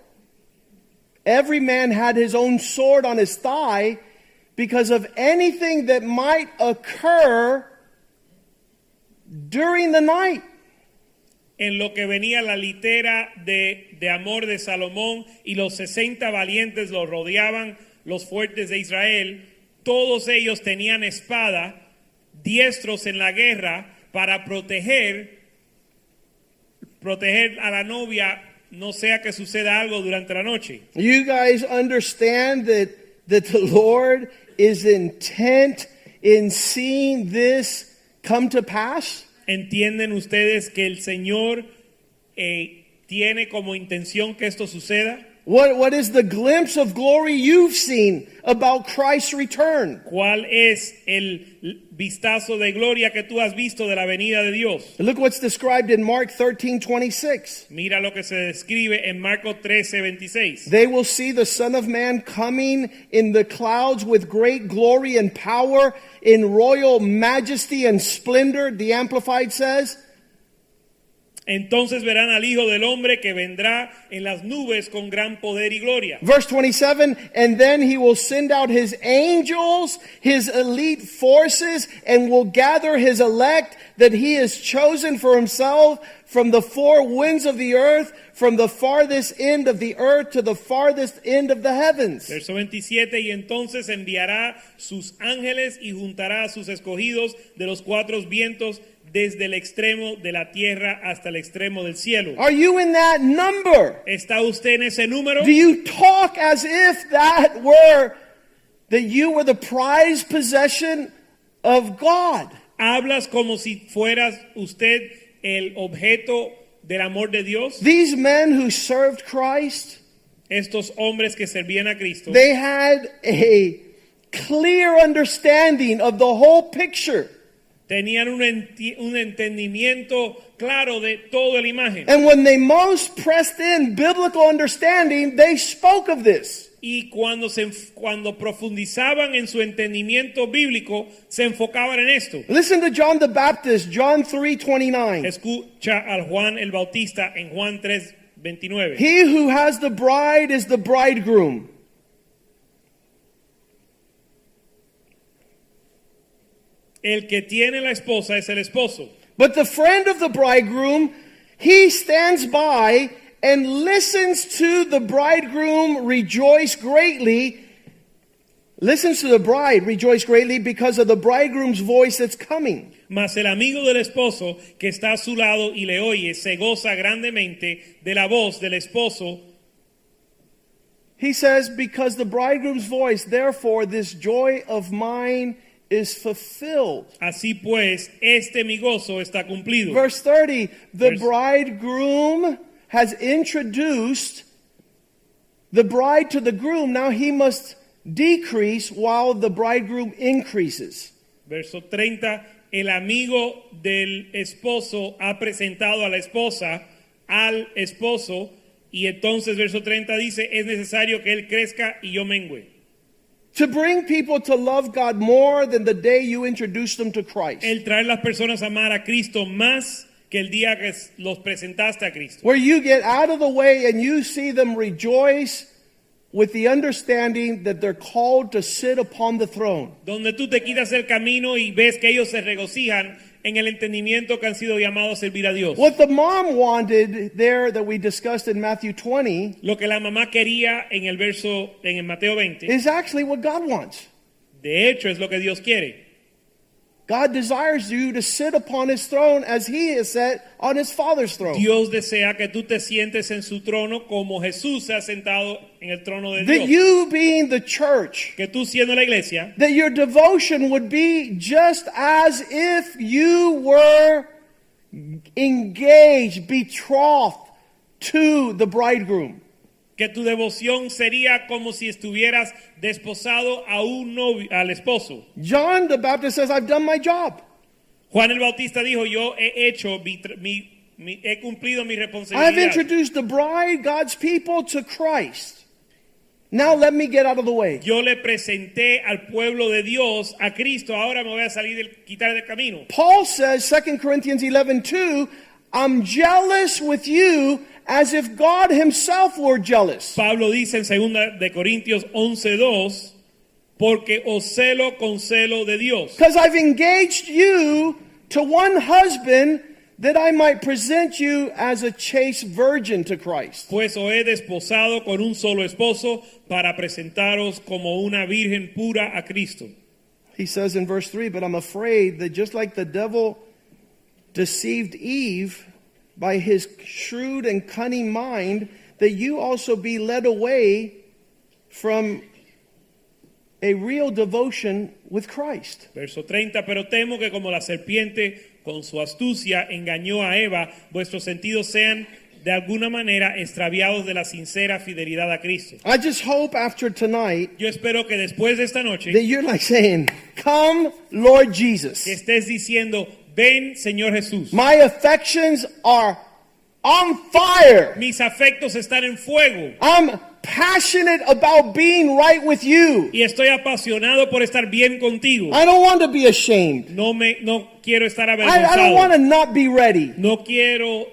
Every man had his own sword on his thigh because of anything that might occur during the night.
en lo que venía la litera de, de amor de Salomón y los 60 valientes los rodeaban, los fuertes de Israel, todos ellos tenían espada, diestros en la guerra para proteger, proteger a la novia, no sea que suceda algo durante la noche.
You guys understand that, that the Lord is intent in seeing this come to pass?
¿Entienden ustedes que el Señor eh, tiene como intención que esto suceda?
What, what is the glimpse of glory you've seen about Christ's return?
¿Cuál es el vistazo de gloria que tú has visto de la venida de Dios?
Look what's described in Mark 13 26.
Mira lo que se describe en Marcos 13, 26.
They will see the Son of Man coming in the clouds with great glory and power, in royal majesty and splendor, the Amplified says.
Entonces verán al Hijo del Hombre que vendrá en las nubes con gran poder y gloria.
Verse 27 And then he will send out his angels, his elite forces, and will gather his elect that he has chosen for himself from the four winds of the earth, from the farthest end of the earth to the farthest end of the heavens.
Verso 27, y entonces enviará sus ángeles y juntará a sus escogidos de los cuatro vientos desde el extremo de la tierra hasta el extremo del cielo.
Are you in that number?
¿Está usted en ese número?
Do you talk as if that were that you were the prized possession of God?
¿Hablas como si fueras usted el objeto del amor de Dios?
These men who served Christ,
Estos hombres que servían a Cristo
they had a clear understanding of the whole picture.
tenían un, enti- un entendimiento claro de toda la imagen.
And when they most pressed in biblical understanding, they spoke of this.
Y cuando, se, enf- cuando profundizaban en su entendimiento bíblico, se enfocaban en esto.
Listen to John the Baptist, John 3:29.
Escucha al Juan el Bautista en Juan 3, 29.
He who has the bride is the bridegroom.
El que tiene la esposa es el esposo.
But the friend of the bridegroom, he stands by and listens to the bridegroom rejoice greatly. Listens to the bride rejoice greatly because of the bridegroom's voice that's coming.
Mas el amigo del esposo que está a su lado y le oye, se goza grandemente de la voz del esposo.
He says, Because the bridegroom's voice, therefore, this joy of mine is fulfilled.
Así pues, este mi gozo está cumplido.
Verse 30 the
Verse-
bridegroom has introduced the bride to the groom. Now he must decrease while the bridegroom increases.
Verso 30, el amigo del esposo ha presentado a la esposa al esposo y entonces verso 30 dice, es necesario que él crezca y yo mengüe.
To bring people to love God more than the day you introduced them to Christ.
El traer las personas a amar a Cristo más que el día que s- los presentaste a Cristo.
Where you get out of the way and you see them rejoice with the understanding that they're called to sit upon the throne.
Donde tú te quitas el camino y ves que ellos se regocijan en el entendimiento que han sido llamados a servir a Dios.
What the mom wanted there that we discussed in Matthew 20
Lo que la mamá quería en el verso, en el Mateo 20,
is actually what God wants.
de hecho es lo que Dios quiere.
God desires you to sit upon his throne as he is set on his father's throne.
Dios desea que tú te sientes en su trono como Jesús se ha sentado en el trono de
That
Dios.
you being the church,
que tú siendo la iglesia,
that your devotion would be just as if you were engaged, betrothed to the bridegroom.
que tu devoción sería como si estuvieras desposado a un novio, al esposo.
John the Baptist says, I've done my job.
Juan el Bautista dijo, yo he hecho mi, tr- mi- mi- he cumplido mi
I've
responsabilidad.
introduced the bride, God's people, to Christ. Now let me get out of the way.
Yo le presenté al pueblo de Dios a Cristo, ahora me voy a salir del quitar del camino.
Paul says, 2 Corinthians 11, 2, I'm jealous with you as if God himself were jealous.
Pablo dice en 2 de Corintios 11:2, porque os celo con celo de Dios.
Because I've engaged you to one husband that I might present you as a chaste virgin to Christ.
Pues os he desposado con un solo esposo para presentaros como una virgen pura a Cristo.
He says in verse 3, but I'm afraid that just like the devil deceived Eve by his shrewd and cunning mind, that you also be led away from a real devotion with Christ.
Verso 30, pero temo que como la serpiente con su astucia engañó a Eva, vuestros sentidos sean de alguna manera extraviados de la sincera fidelidad a Cristo.
I just hope after tonight
Yo espero que después de esta
that
noche
you're like saying, Come, Lord
que
Jesus.
estés diciendo, ven Señor Jesús,
My affections are on fire.
mis afectos están en fuego
I'm passionate about being right with you.
y estoy apasionado por estar bien contigo.
I don't want to be ashamed.
No, me, no quiero estar
I, I don't
avergonzado.
want to not be ready.
No quiero,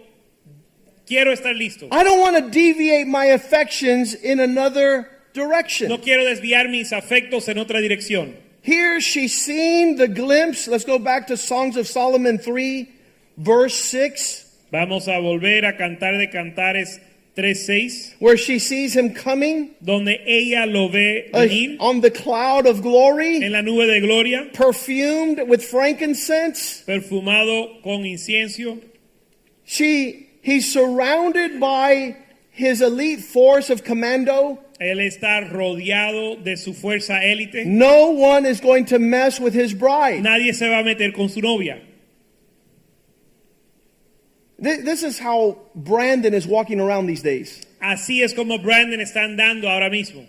quiero estar listo.
I don't want to deviate my affections in another direction.
No quiero desviar mis afectos en otra dirección.
Here she's seen the glimpse. Let's go back to Songs of Solomon 3, verse 6.
Vamos a volver a cantar de cantares 3.6,
where she sees him coming
donde ella lo ve
uh,
venir
on the cloud of
en
glory,
la nube de gloria,
perfumed with frankincense.
perfumado con incienso.
She, he's surrounded by his elite force of commando.
Él está rodeado de su fuerza élite.
No one is going to mess with his bride.
Nadie se va a meter con su novia.
Th- This is how Brandon is walking around these days.
Así es como Brandon está andando ahora mismo,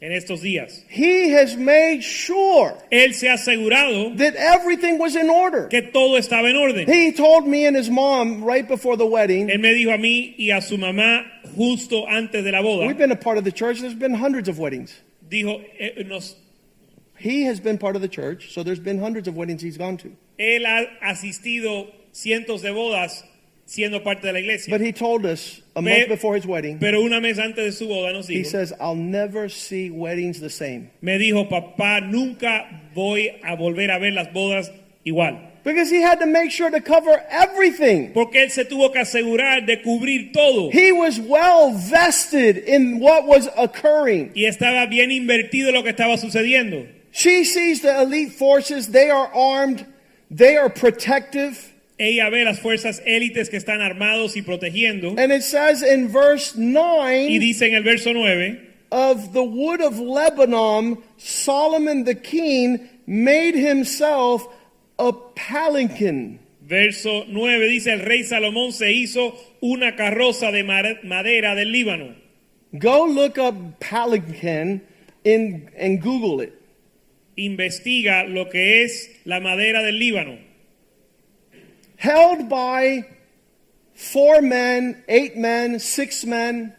en estos días.
He has made sure
Él se ha asegurado
that everything was in order.
que todo estaba en orden.
He told me and his mom right before the wedding.
Él me dijo a mí y a su mamá justo antes de la boda,
We've been a part of the church. There's been hundreds of weddings.
dijo, eh, nos-
He has been part of the church, so there's been hundreds of weddings he's gone to.
él ha asistido cientos de bodas siendo parte de la iglesia.
But he told us a
Pe-
month before his wedding,
Pero una mes antes de su boda nos
he
dijo,
says, I'll never see weddings the same.
me dijo, papá, nunca voy a volver a ver las bodas igual.
Because he had to make sure to cover everything.
Porque él se tuvo que asegurar de cubrir todo
He was well vested in what was occurring.
y estaba bien invertido en lo que estaba sucediendo.
She sees the elite forces, they are armed, they are protective.
Ella ve las fuerzas élites que están armados y protegiendo.
And it says in verse
Y
9
dice en el verso 9.
of the wood of Lebanon, Solomon the king made himself a palanquin.
Verso 9 dice, el rey Salomón se hizo una carroza de mare- madera del Líbano.
Go look up palanquin in, and Google it.
Investiga lo que es la madera del Líbano.
Held by four men, eight men, six men,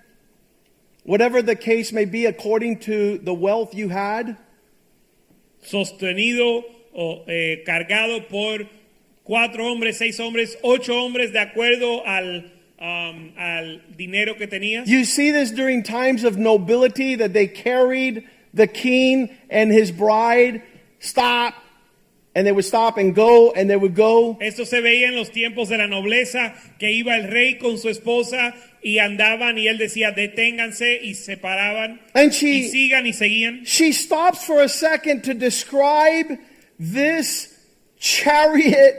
whatever the case may be, according to the wealth you had.
Sostenido o eh, cargado por cuatro hombres, seis hombres, ocho hombres de acuerdo al, um, al dinero que tenías.
You see this during times of nobility that they carried the king and his bride. Stop. And they would stop and go and they would go.
Esto se veía en los tiempos de la nobleza, que iba el rey con su esposa y andaban y él decía, deténganse y se paraban
And
y
she,
sigan y seguían.
she stops for a second to describe this chariot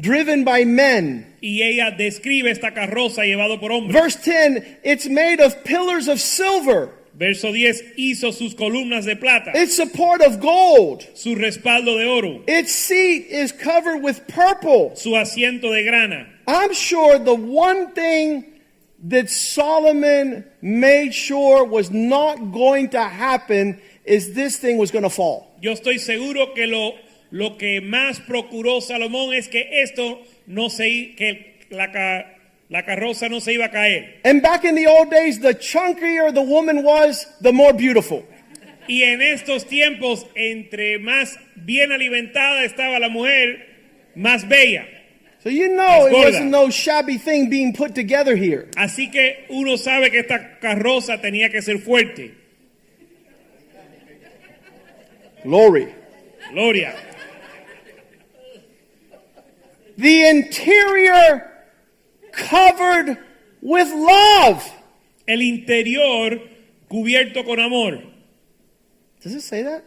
driven by men.
Y ella describe esta carroza llevado por hombres.
Verse 10, it's made of pillars of silver.
Verso 10, hizo sus columnas de plata,
Its support of gold.
su respaldo de oro,
Its seat is covered with purple.
su asiento de grana.
I'm sure the one thing that Solomon made sure was not going to happen is this thing was going to fall.
Yo estoy seguro que lo, lo que más procuró Salomón es que esto no se, i- que la, ca- la carroza no se iba a caer.
And back in the old days, the chunkier the woman was, the more beautiful.
Y en estos tiempos, entre más bien alimentada estaba la mujer, más bella.
So you know
Let's
it
go to
wasn't
that.
no shabby thing being put together here.
Así que uno sabe que esta carroza tenía que ser fuerte.
Glory.
Gloria.
The interior covered with love.
El interior cubierto con amor.
Does it say that?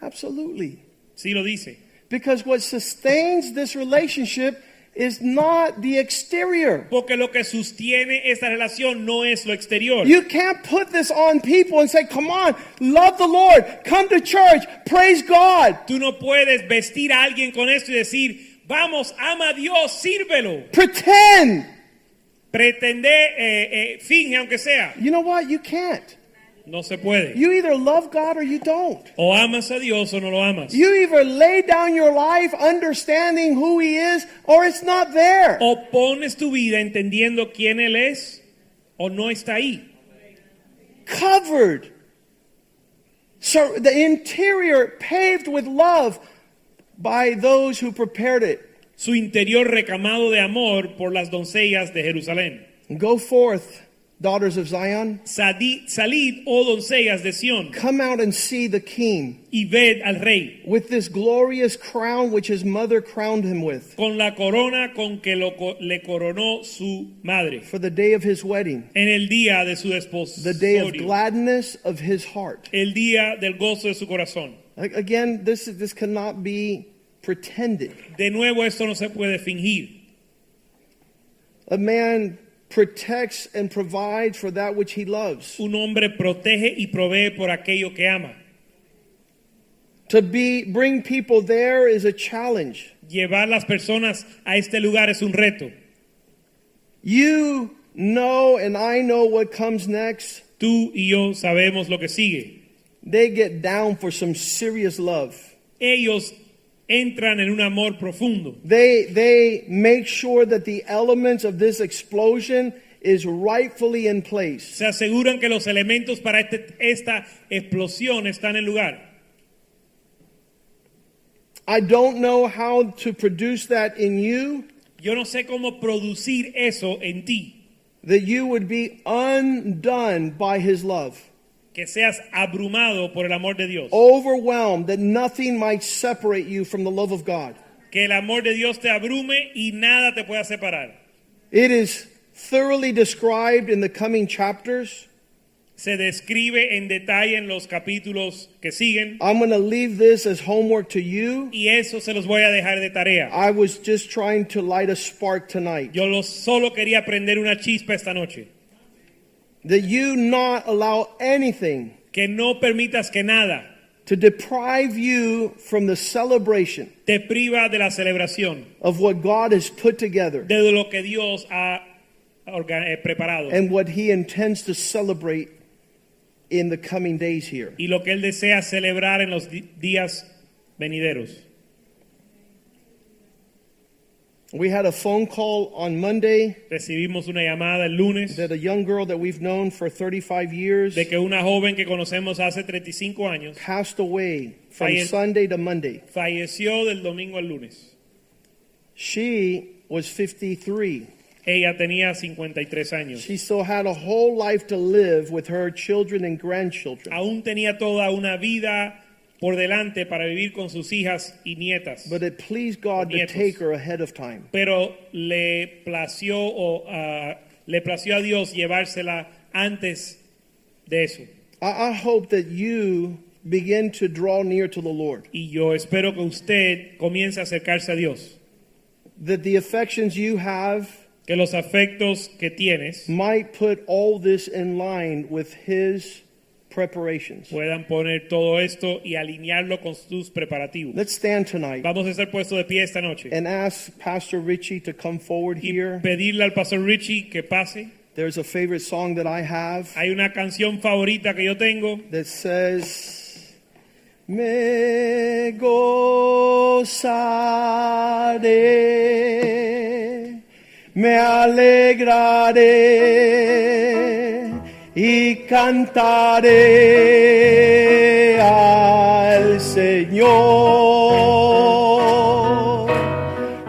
Absolutely.
Sí lo dice.
Because what sustains this relationship is not the exterior.
Porque lo que sostiene esta relación no es lo exterior.
You can't put this on people and say, come on, love the Lord, come to church, praise God,
Tú no puedes vestir a alguien con esto y decir, vamos, ama a Dios, sírvelo.
pretend.
Pretende, eh, eh, finge aunque sea.
You know what? You can't.
No se puede.
You either love God or you don't.
O amas a Dios o no lo amas.
You either lay down your life understanding who He is or it's not there.
O pones tu vida entendiendo quién Él es o no está ahí.
Covered. So the interior paved with love by those who prepared it.
Su interior recamado de amor por las doncellas de Jerusalén.
Go forth daughters of Zion,
Sadid- salid, oh doncellas de Sión,
come out and see the king
y ved al rey,
with this glorious crown which his mother crowned him with
con la corona con que lo co- le coronó su madre,
for the day of his wedding,
en el día de su desposorio,
the day of gladness of his heart.
el día del gozo de su corazón.
A- Again, this, is- this cannot be pretended.
De nuevo, esto no se puede fingir.
A man protects and provides for that which he loves.
Un hombre protege y provee por aquello que ama.
To be bring people there is a challenge.
Llevar las personas a este lugar es un reto.
You know and I know what comes next.
Tú y yo sabemos lo que sigue.
They get down for some serious love.
Ellos entran en un amor profundo.
They they make sure that the elements of this explosion is rightfully in place.
Se aseguran que los elementos para este- esta explosión están en lugar.
I don't know how to produce that in you
Yo no sé cómo producir eso en ti,
that you would be undone by his love.
que seas abrumado por el amor de
Oh.
Dios,
overwhelmed that nothing might separate you from the love of God.
que el amor de Dios te abrume y nada te pueda separar.
It is thoroughly described in the coming chapters.
Se describe en detalle en los capítulos que siguen
I'm going to leave this as homework to you.
y eso se los voy a dejar de tarea.
I was just trying to light a spark tonight.
Yo los- solo quería prender una chispa esta noche.
That you not allow anything
Que no permitas que nada
to deprive you from the celebration
te priva de la celebración,
of what God has put together
de lo que Dios ha orga- eh, preparado.
and what He intends to celebrate in the coming days here.
y lo que Él desea celebrar en los di- días venideros.
We had a phone call on Monday
Recibimos una llamada el lunes
that a young girl that we've known for 35 years
de que una joven que conocemos hace 35 años
passed away from
Falle-
Sunday to Monday.
falleció del domingo al lunes.
She was 53.
Ella tenía 53 años.
She still had a whole life to live with her children and grandchildren.
Aún tenía toda una vida por delante para vivir con sus hijas y nietas.
But it pleased God to
Nietos.
take her ahead of time.
Pero le plació, o, ah, le plació a Dios llevársela antes de eso.
I, I hope that you begin to draw near to the Lord,
Y yo espero que usted comience a acercarse a Dios.
that the affections you have
que los afectos que tienes
might put all this in line with His preparations.
puedan poner todo esto y alinearlo con sus preparativos.
Let's stand tonight
Vamos a estar puesto de pie esta noche
and ask Pastor Richie to come forward
y
here.
pedirle al pastor Richie que pase.
There's a favorite song that I have.
Hay una canción favorita que yo tengo
that says, Me gozaré, me alegraré y cantaré al Señor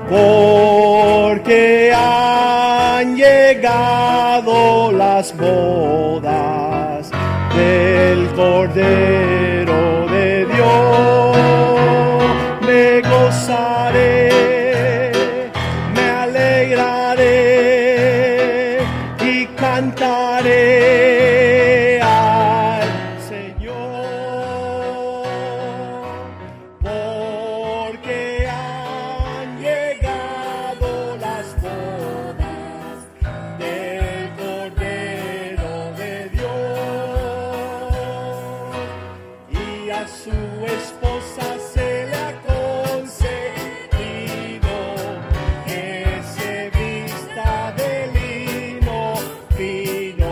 porque han llegado las bodas del Cordero de Dios. Me gozaré, me alegraré y cantaré al Señor porque han llegado las bodas del Cordero de Dios y a su esposa se le ha concedido que se vista de lino fino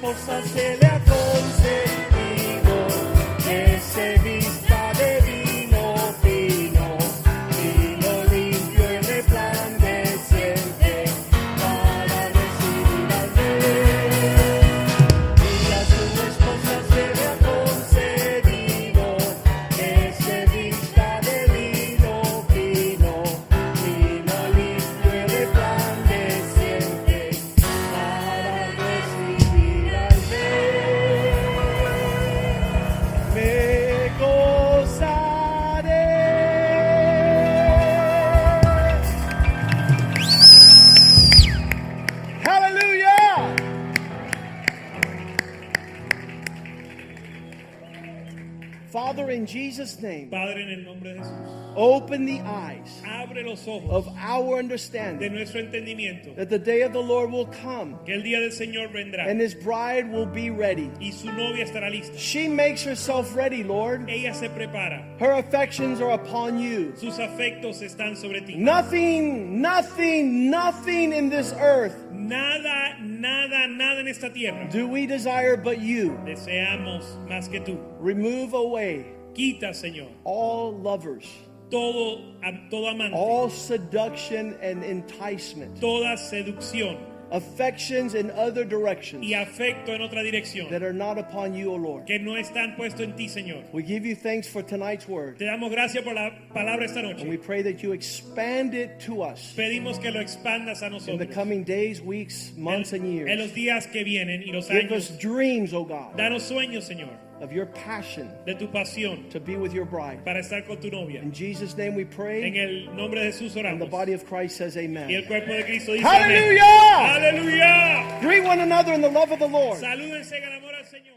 cosa se le ha consentido que se vista de vino fino, vino limpio y resplandeciente para recibir al rey. Y a su esposa se le ha concedido que se vista de vino fino, vino limpio y resplandeciente para recibir al rey. Me gozaré.
Hallelujah! Father, in Jesus' name,
Padre, en el nombre de Jesús,
open the eyes
abre los ojos
of our
de
understanding
nuestro entendimiento
that the day of the Lord will come
que el día del Señor vendrá
and his bride will be ready.
y su novia estará lista.
She makes herself ready, Lord.
Ella se prepara,
Her affections are upon you.
sus afectos están sobre ti.
Nothing, nothing, nothing in this earth
Nada, nada, nada en esta tierra
do we desire but you.
deseamos más que tú.
Remove away
Quita, Señor,
all lovers,
todo, am- todo amante,
all seduction and enticement,
toda seducción
affections in other directions
y afecto en otra dirección
that are not upon you, O Lord.
que no están puestos en ti, Señor.
We give you thanks for tonight's word,
Te damos gracias por la palabra esta
and we
noche.
pray that you expand it to us
Pedimos que lo expandas a
in the
nosotros
coming days, weeks, months, and
en, en los
years.
días que vienen y los
Give us
años.
dreams, O God,
Danos sueños, Señor,
of your passion
de tu pasión
to be with your bride.
para estar con tu novia.
In Jesus' name we
En
pray,
el nombre de Jesús
and the
oramos.
body of Christ says
Y el
amen.
cuerpo de Cristo dice amén.
¡Aleluya!
¡Aleluya!
Greet one another in the love of the Lord.
Salúdense en el amor al Señor.